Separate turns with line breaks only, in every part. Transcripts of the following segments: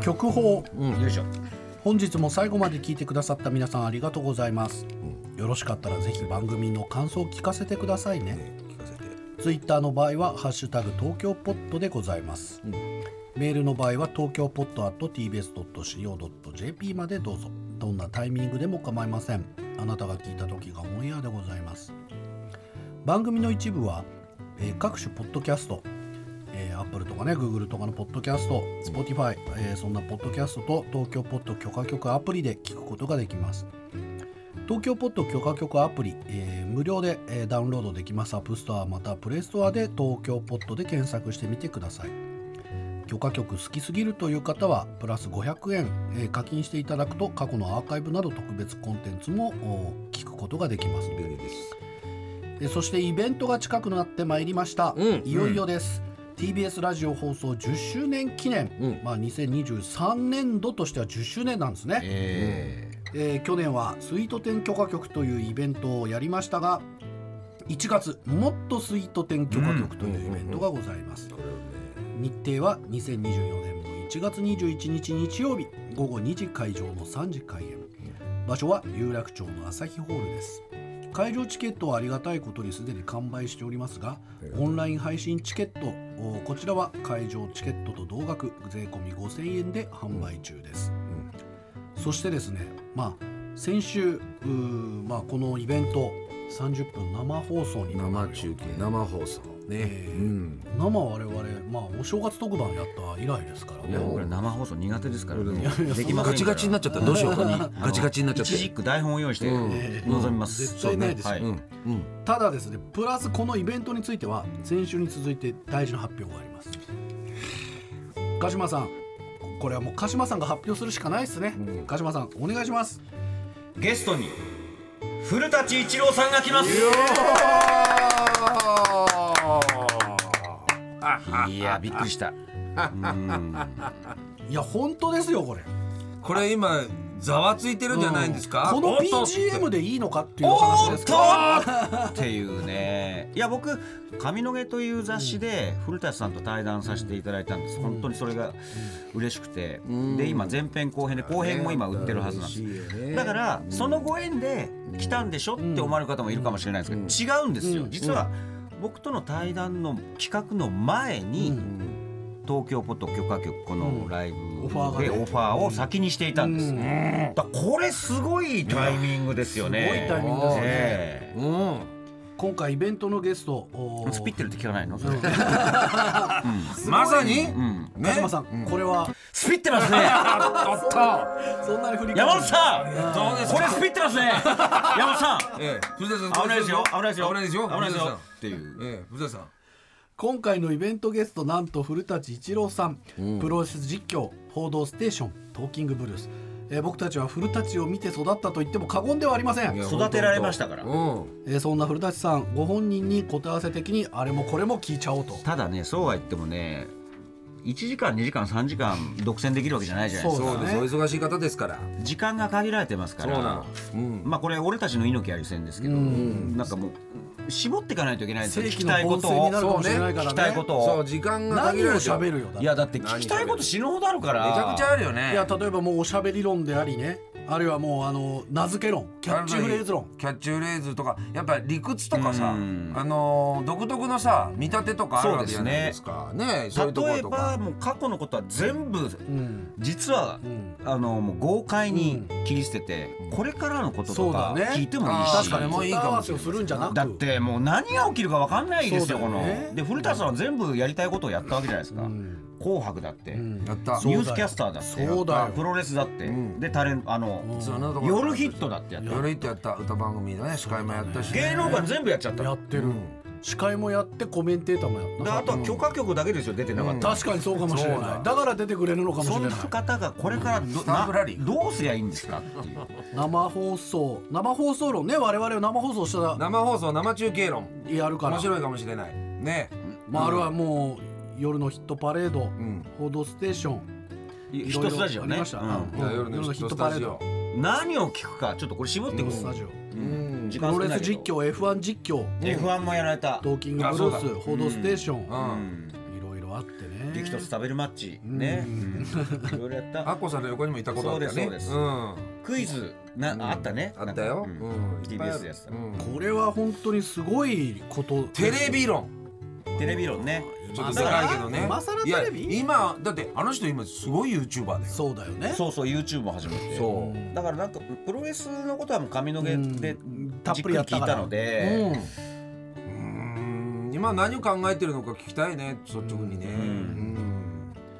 曲法
うんよいしょ
本日も最後まで聞いてくださった皆さんありがとうございます、よろしかったらぜひ番組の感想を聞かせてくださいね
ね聞かせて
ツイッターの場合は「ハッシュタグ東京ポッド」でございます、メールの場合は東京ポッド at tbs.co.jp までどうぞどんなタイミングでも構いませんあなたが聞いた時がオンエアでございます番組の一部は、えー各種ポッドキャスト、えー、Apple とかね Google とかのポッドキャスト Spotify、えーそんなポッドキャストと東京ポッド許可局アプリで聞くことができます東京ポッド許可局アプリ、えー無料で、えーダウンロードできますアップストアまたはプレイストアで東京ポッドで検索してみてください許可局好きすぎるという方はプラス500円、えー課金していただくと過去のアーカイブなど特別コンテンツもお聞くことができます
便利です
えーそしてイベントが近くなってまいりました、
うん
いよいよです、TBS ラジオ放送10周年記念、
うん
まあ、2023年度としては10周年なんですね、
え
えー去年はスイート店許可局というイベントをやりましたが1月もっとスイート店許可局というイベントがございます、
これをね
日程は2024年の1月21日日曜日午後2時会場の3時開演場所は有楽町の朝日ホールです会場チケットはありがたいことにすでに完売しておりますがオンライン配信チケットおこちらは会場チケットと同額税込み5000円で販売中です、そしてですねまあ先週うーまあ、このイベント30分生放送になる
生中継生放送ね
えー
うん
生我々、まあ、お正月特番やった以来ですから
いや僕ら生放送苦手ですからねできませんから
ガチガチになっちゃったらどうしよう かにガチガチになっちゃっ
一
て
軸台本を用意して
うん
臨みます
絶対ないですよ
はい
うんうん
ただですねプラスこのイベントについては先週に続いて大事な発表があります鹿島さんこれはもう鹿島さんが発表するしかないですね、鹿島さんお願いします
ゲストに古舘一郎さんが来ますいやびっくりした
いや本当ですよこれ
これ今ざわついてるんじゃないんですか、
この BGM でいいのかっていう話ですけど
っていうねいや僕「髪の毛」という雑誌で古舘さんと対談させていただいたんです本当にそれが嬉しくてで今前編後編で後編も今売ってるはずなんですだからそのご縁で来たんでしょって思われる方もいるかもしれないんですけど違うんですよ実は僕との対談の企画の前に東京ポッド許可局このライブ
オファーがね
でオファーを先にしていたんですだからこれすごいタイミングですよ
す
ね
ごいタイミングですね
ええ
うん
今回イベントのゲストお
スピってるって聞かないのそれ
まさに、
うん
鹿島さん、これは
スピってますね
そんなに振り
山
返
本さん
どうです
こ
か
れスピってますね山本さん
ええ、古田さん
危ないですよ危ないですよ
危ないですよ
危ない
古田
ですよ
さん
っていう
ええ、古田さん
今回のイベントゲストなんと古舘一郎さん、プロレス実況「報道ステーション」「トーキングブルース」えー僕たちは古舘を見て育ったと言っても過言ではありません、
や
育てられましたから
うん
えーそんな古舘さんご本人に答え合わせ的にあれもこれも聞いちゃおうと
ただねそうは言ってもね1時間2時間3時間独占できるわけじゃないじゃないです
そ
か
う
そ
だ
う
ね
です、お忙しい方ですから
時間が限られてますから
うん
まあこれ俺たちの猪木ありせんですけど、なんかもう絞っていかないといけないんですよ
正規
聞き
の
たいこ
凡
と
戦
を
になるかもしれないから
聞
ね
きたいこと
そ
を
う時間が
何
限ら
を
れちゃう
喋
め
るよだって
いやだって聞きたいこと死ぬほどあるから
ちゃくちゃあるよね
いや例えばもうおしゃべり論でありねあるいはもうあの名付け論キャッチフレーズ論
キャッチフレーズとかやっぱ理屈とかさ、
うん
あのー独特のさ見立てとかあるわけじゃないですかねそういうところ
例え
とか
ばもう過去のことは全部
うん
実は、
うん
あのもう豪快に切り捨てて、これからのこと
そ
と
うだ
か
ね
聞いてもいいし、
あー確かにもう
答
い
え
いかもしれない
合わせをするんじゃなく
だってもう何が起きるかわかんないですよ
そうだよね
こので古田さんは全部やりたいことをやったわけじゃないですか「
ん
紅白」だって、
うん
やった
ニュースキャスターだって
そうだよ
プロレスだって、
ん
でタレントあの、
そんなとこ
夜ヒットだってやってる
夜行ってやった歌番組のね司会もやったし、
芸能界全部やっちゃった
や
の
ってる、司会もやってコメンテーターもやった
であとは許可局だけですよ出てなかった、
確かにそうかもしれ
そう
な
だ
いだから出てくれるのかもし
そ
れ
ん
な
ない方がこれからど
スタンプラ
な
リー
どうすりゃいいんですかっていう
生放送生放送論ね我々は生放送したら
生放送生中継論
やるから
面白いかもしれないね
まあ、あれはもう夜のヒットパレード、
ん
報道ステーションいろい
一
ろ
スタジオ
あり
ね
まし、た
う
じゃあ
夜
夜
の
の
ヒ
ヒ
ッ
ッ
ト
ト
パ
パ
レ
レ
ー
ー
ド
ド
ん、何を聞くかちょっとこれ絞っていく
スタジオ
うん
時
プ
間
ロ
少
レ
ない
ス
けど
実況 F1 実況
F1 もやられた
トーキングブル
あ
ー
そう
ス報道ステーション、
うん
うん
いろいろもあってね
激突食べるマッチねうんいろいろやっ
ア
た
ッコさんの横にもいたことあったよね
そうですそう
う
です
ん
クイズなあったね
あったよ
なんか
うん
うん
いっぱいある
TBS でやってた
うん
これは本当にすごいこと
テレビ論
テレビ論ね
ちょっとでかいけどね
今更テレビ
いや今だってあの人今すごい YouTuber だよ
そうだよね
そうそう YouTube も始めて
そう
うん
だからなんかプロレスのことはもう髪の毛で
うんたっ
じっ
ぷり
くり
やった
聞い
から
たので
うん今何を考えてるのか聞きたいね率直にね
ん
うん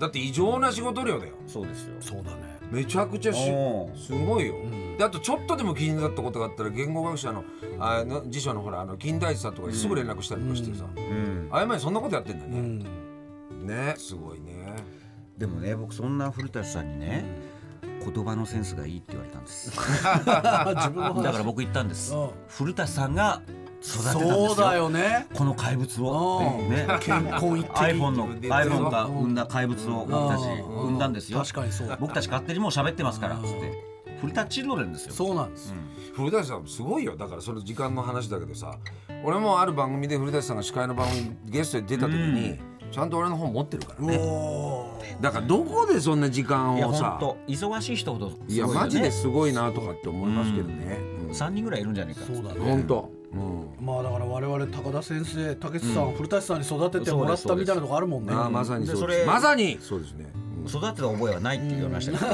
だって異常な仕事量だよ
そうですよ
そうだね
めちゃくちゃし
おー
すごいよ
ん
であとちょっとでも気になったことがあったら言語学者のあの辞書のほらあの金田一さんとかにすぐ連絡したりとかしてさ
うん
あやまにそんなことやってんだよ
う
ね
ん
ねすごいね
でもね僕そんな古舘さんにね言葉のセンスがいいって言われたんです
自分の話
だから僕言ったんです
うん
古舘さんが育てたんですよ
そうだよね
この怪物をっていうね
健康一
iPhone の
自分で言ってる
iPhone が生んだ怪物を僕たち生んだんですよ
確かにそう
僕たち勝手にもう喋ってますからつって古舘チルドレンですよ
そうなんです
古舘さんすごいよだからその時間の話だけどさ俺もある番組で古舘さんが司会の番組ゲストで出た時にちゃんと俺の本持ってるから
う
ね
おー
だからどこでそんな時間
いや
をさ
本当忙しい人ほどすごい
いや
よね
マジですごいなとかって思いますけどね
三人ぐらいいるんじゃないか
そうだ
うん
ね
本当うん
まあだから我々高田先生武志さん古舘さんに育ててもらったみたいなのがあるもんね
ああまさにそうで
でそ
す
れ
まさにそうですねうん
育てた覚えはないって言われましたけど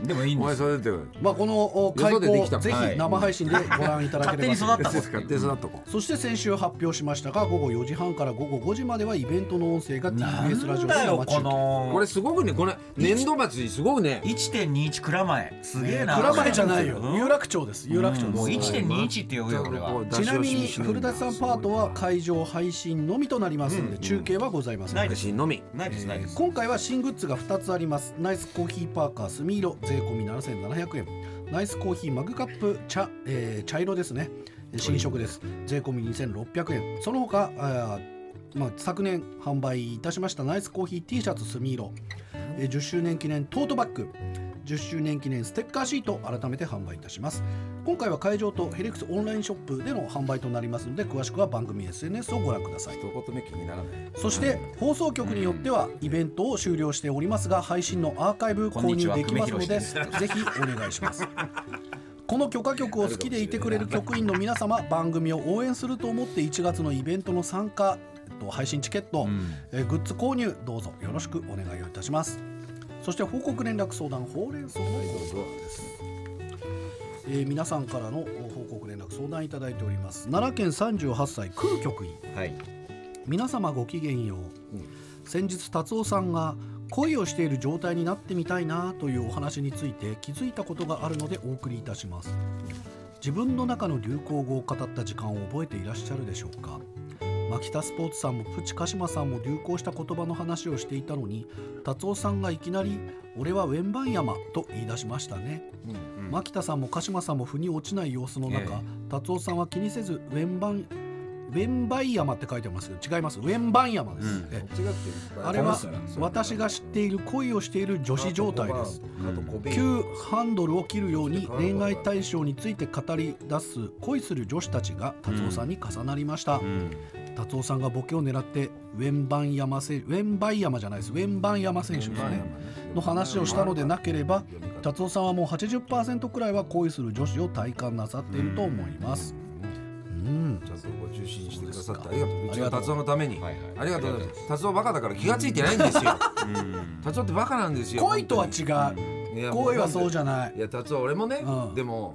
うんでもいいん
お
で
前
すよ
育ててよ
まあこのお
よ
開
そでで
講
きた
ぜ
は
ひ
い
生配信でご覧いただければ
勝手に育った
と思います
勝手に育った子
そして先週発表しましたが午後4時半から午後5時まではイベントの音声が TBS ラジオで
だよ
生中
こ
継
の
これすごくねこれ年度末にすごくね
1.21蔵前すげえな
蔵前じゃないよ
うん
有楽町です有楽町です
もう1.21って呼ぶよこれは
ちなみに古舘さんパートは会場配信のみとなりますので中継はございません、
ないです
私のみ
ないですないです
今回は新グッズが2つありますナイスコーヒーパーカー墨色税込み7700円ナイスコーヒーマグカップ茶、えー茶色ですね新色です税込み2600円その他あー、まあ、昨年販売いたしましたナイスコーヒー T シャツ墨色、えー10周年記念トートバッグ10周年記念ステッカーシートを改めて販売いたします今回は会場とヘリクスオンラインショップでの販売となりますので詳しくは番組 SNS をご覧ください
一言目気にならない
そして放送局によってはイベントを終了しておりますが配信のアーカイブ購入できますの
こんにちは久米宏
で
で
ぜ
す
ひお願いしますこの許可局を好きでいてくれる局員の皆様番組を応援すると思って1月のイベントの参加と配信チケット、えーグッズ購入どうぞよろしくお願いをいたしますそして報告連絡相談ほうれん草のコーナーですえー皆さんからの報告連絡相談いただいております奈良県38歳空局員
はい
皆様ごきげんよう、先日達夫さんが恋をしている状態になってみたいなというお話について気づいたことがあるのでお送りいたします自分の中の流行語を語った時間を覚えていらっしゃるでしょうか牧田スポーツさんもプチ鹿島さんも流行した言葉の話をしていたのに達夫さんがいきなり「俺はウェンバン山」と言い出しましたね、牧田さんも鹿島さんも腑に落ちない様子の中、
え
達夫さんは気にせず「ウェンバンウェンバイ山って書いてますけど違いますウェンバン山です、
うん
え
違って
あれは私が知っている恋をしている女子状態です急ハンドルを切るように恋愛対象について語り出す恋する女子たちが達夫さんに重なりました、達夫さんがボケを狙ってウェンバン山せウェンバイ山じゃないですウェンバン山選手ですねの話をしたのでなければ達夫さんはもう80%くらいは恋する女子を体感なさっていると思いますうん
ちゃんとご受信してくださってありがとううちは達夫のために
はいはい
ありがとうございます達夫バカだから気がついてないんですよ達夫ってバカなんですよ
恋とは違う、
う
恋はそうじゃない
いや達夫俺もね
うん
でも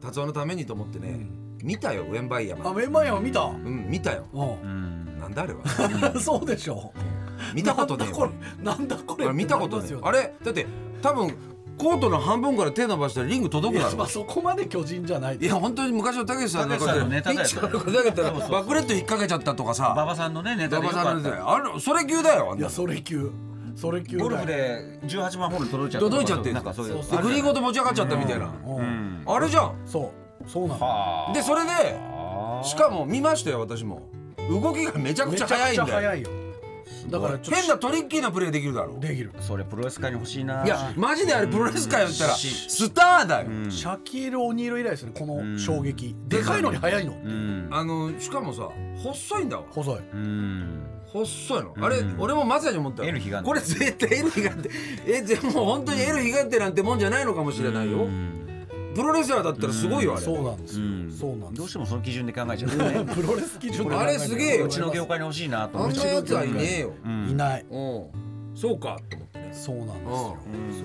達夫のためにと思ってね見たよウェンバイヤ
あ
マン
ウェンバイ山見た
うん見 たよ
う
うん
なんだあれは
ん そうでしょ
見たことねえ
な
わ
んだこれなんだこ
こ
れ
れ見たことねえあ
れ
れだって多分コートの半分から手伸ばしたらリング届くだろ
まあそこまで巨人じゃない
いや本当に昔のたけしさんの中
たけしさんの
で
ネタ
ピ
だ
ッ
よ
チからふざけたらバックレット引っ掛けちゃったとか
馬
さ
場さんのねネタ
馬
で
場
よ
さ
か
ん
っ
の
た
あれそれ級だよあん
いや
なの
それ級それ級だよ
ゴルフで18番ホール届いちゃった
届いちゃってる
なんかそういう
そう
で
そう
グリーンごと持ち上がっちゃったみたいな
うん
うん
あれじゃん
そうそうなの
は
でそれで
あ
しかも見ましたよ私も動きがめちゃく
め
ち
ち
ゃ
ゃくちゃ
速いんだよ
速いよだからちょっと
変なトリッキーなプレーできるだろ
できる
それプロレス界に欲しいない
やマジであれプロレス界言ったら
うん
スターだよ
シャキール・オニール以来ですねこの衝撃でかいのに速いの
うん
あのしかもさ細いんだわ
細い
うん
細いのあれ、俺もまさに思ったよ
L ヒガンテ
これ絶対 L ヒガンテ えでも本当に L ヒガンテなんてもんじゃないのかもしれないよプロレスラーだったらすごいよあれ
そうなんですよ、
うん
そうなんで
どうし
す
て
よ
もその基準で考えちゃうね
プロレス基準で考えたら
あれすげえよ
うちの業界に欲しいなと
あ
思っ
ん
て
なやつはいねえよ
うん
いない
うんそうかと思ってね
そうなんですよ、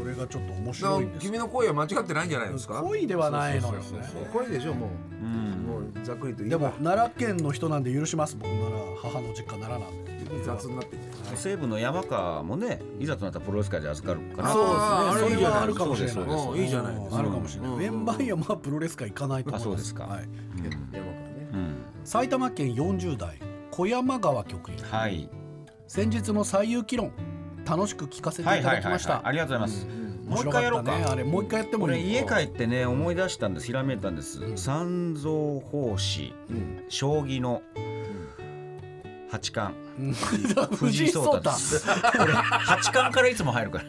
それがちょっと面白いんですよ
君の声は間違ってないんじゃないですか
恋ではないのよね
そうそうそうそう恋でしょもう、もうざっくりと
で
言え
も
ば
奈良県の人なんで許します僕なら母の実家奈良なんで
雑になってきて
西武の山川もねいざとなったらプロレス界で預かるから
そう
あ
あ
そ
れいい
れ
じゃない
はあるかもしれない
そうです
そうですうんいいじゃないですか
あるかもしれない、
うん
メンバーやまあプロレス界行かないと思います
あそうですか
はい、
山からね
うん
埼玉県40代小山川局員
はい
先日の最有機論楽しく聞かせてい
はい
た
は
だ
い
き
はいは
ま
い
した
ありがとうございます
面
もう
白
一
かっ
回
たね
やろうか
あれもう一回やっても
これ
いい
家帰ってね思い出したんですひらめいたんです三蔵法師将棋の八冠
藤井聡太
ですこれ八冠からいつも入るか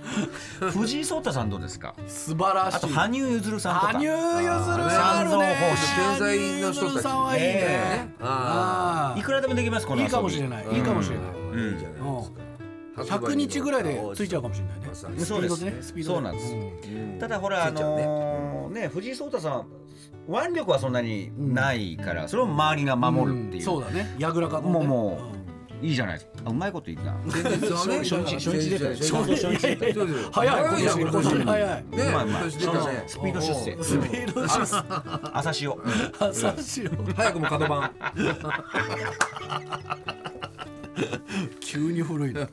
ら 藤井聡太さんどうですか
素晴らしい
あと羽生結弦さんとか
羽生結弦はあるね
天才の人
羽生結弦
たち
さんはいいね、
ねあ
あ
いくらでもできますこ
あ
の
いい
遊び
かもしれない、
うん
いいかもしれない、
あいいじゃないですか
100日ぐらいでついちゃうかもしれないね
ま
ス
さに
ピ
そ
ー
うで
ド
す
でねスピード
そうなんです
うん
ただほらあ
ついちゃうね
のーね藤井聡太さん腕力はそんなにないからそれを周りが守るってい
んそう
う
だね矢倉か
もうもいいじゃないですかあうまいこと言ったな
前日はね
初日初日出たよ
初日初日出たよ
早い
早いじゃん
今年
今年
早い
ね
まあま
今
あ
年出たね
スピード出世
スピード出世
朝潮
朝潮
早くも角番
急に古いな、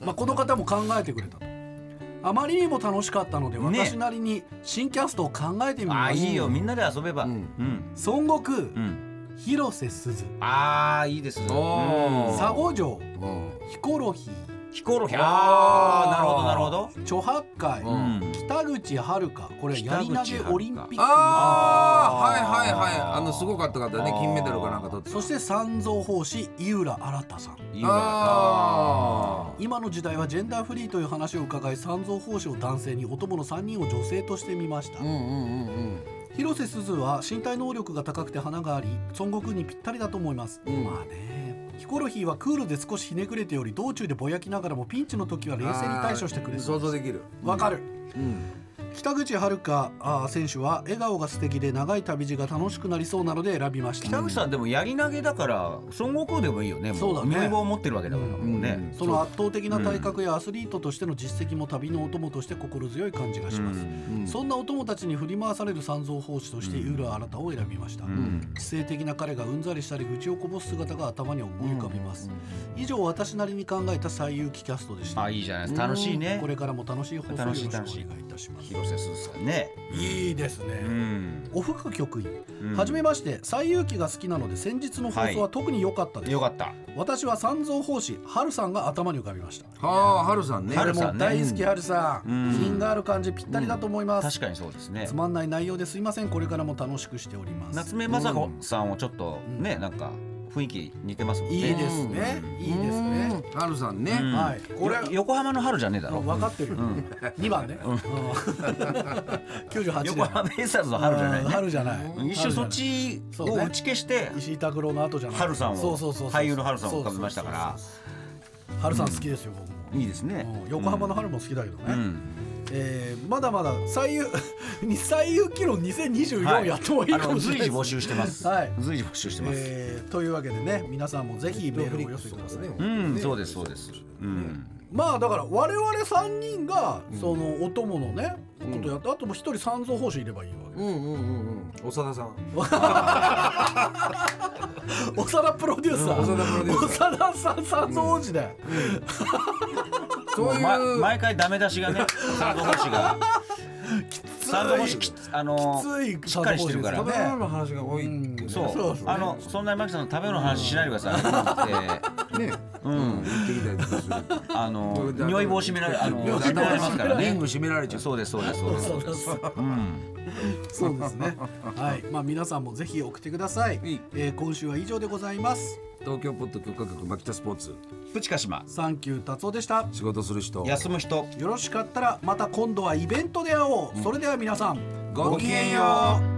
まあ、この方も考えてくれたとあまりにも楽しかったので
ね
私なりに新キャストを考えてみ
あ
ま
あ
した、
いいよみんなで遊べばう
うん
ん
孫悟空、
うん
広瀬すず
ああいいですね
おー
佐護城
うん
ヒコロヒー
ヒコロヒーああなるほどなるほど
著八海、
うん
うん
北口遥香これやり投げオリンピックに
あ
あー
あはいはいはいあのすごかった方ね
あー
金メダルかなんか取って
そして三蔵法師井浦新さん
いいわ
あ
今の時代はジェンダーフリーという話を伺い三蔵法師を男性にお供の3人を女性としてみました、
あうんうんうん
広瀬すずは身体能力が高くて花があり孫悟空にぴったりだと思います、
うん
まあねヒコロヒーはクールで少しひねくれており道中でぼやきながらもピンチの時は冷
うん
静に対処してくれ
あー
る
想像できる
わかる
うん
北口遥香あー選手は笑顔が素敵で長い旅路が楽しくなりそうなので選びました
北口さんでもやり投げだから孫悟空でもいいよねも
そうだね
見本を持ってるわけだから
うん
もうね
その圧倒的な体格やアスリートとしての実績も旅のお供として心強い感じがします、
うん
そんなお供たちに振り回される三蔵法師として井浦新を選びました、
うん
知性的な彼がうんざりしたり愚痴をこぼす姿が頭に思い浮かびます、以上私なりに考えた最有機キャストでした、
あいいじゃないですか楽しいね
これからも楽しい放送をよろ
楽
し
しい
くお願
楽しい
いいたします
広瀬すずさんね
いいですね、
うん
おふく局員、
うん
はじめまして最有機が好きなので先日の放送は特に良かったです、
よかった
私は三蔵法師春さんが頭に浮かびました
はあ春さんね
あれ
春さ
も
んね
大好き春さん、
うん
品がある感じぴったりだと思います
確、かにそうですね
つまんない内容ですいませんこれからも楽しくしております
夏目雅子さんをちょっとねなんか雰囲気似てますもんね
いいですね、いいですね、
うん春さんね
うん
はいこれ
よ横浜の春じゃねえだろ
分かってるよ、2番ね、98年
横浜ベイスターズの春じゃない
うん春じゃない
一瞬そっち
そうね
を打ち消して
石井拓郎の後じゃない
春さんを
そうそうそうそう
俳優の春さんを浮かべましたから
そうそうそう春さん好きですよ、僕も
いいですね
うん横浜の春も好きだけどね、
うん
えーまだまだ最優 最優記論
は
2024やってもいい
あ
か
の
もしれな
随
いです
時募集してます
はい
随時募集してます
えーというわけでね皆さんもぜひメールをお寄せください、
うんそうですそうですうん
まあだから我々3人がそのお供のね、ことやってあともう一人三蔵法師いればいいわ
うんうんうんうん長田さん
け、長田プロデューサ
長田プロデュ
ー
ー
長田さん三蔵王子で、
そうい
ま
う
毎回ダメ出しがねサンド星がサンド星きつあの
きつい
しっかりしてるから
サンド星ですね
食べ物の話が多いってね
そう
そうですね
あのそんなにマキさんの食べ物の話しないでくださいって
ね
うん
言ってきたりとかする
あの匂い防止められあの
匂い
締められますから
リン
ね
グ閉められちゃう
そうですそうですそうですそうですうん
そうですねはいまあ皆さんもぜひ送ってください、
い
えー今週は以上でございます
東京ポッド許可局牧田スポーツ
プチカシマ
サンキュー達夫でした
仕事する人
休む人
よろしかったらまた今度はイベントで会おう、それでは皆さん
ごきげんよう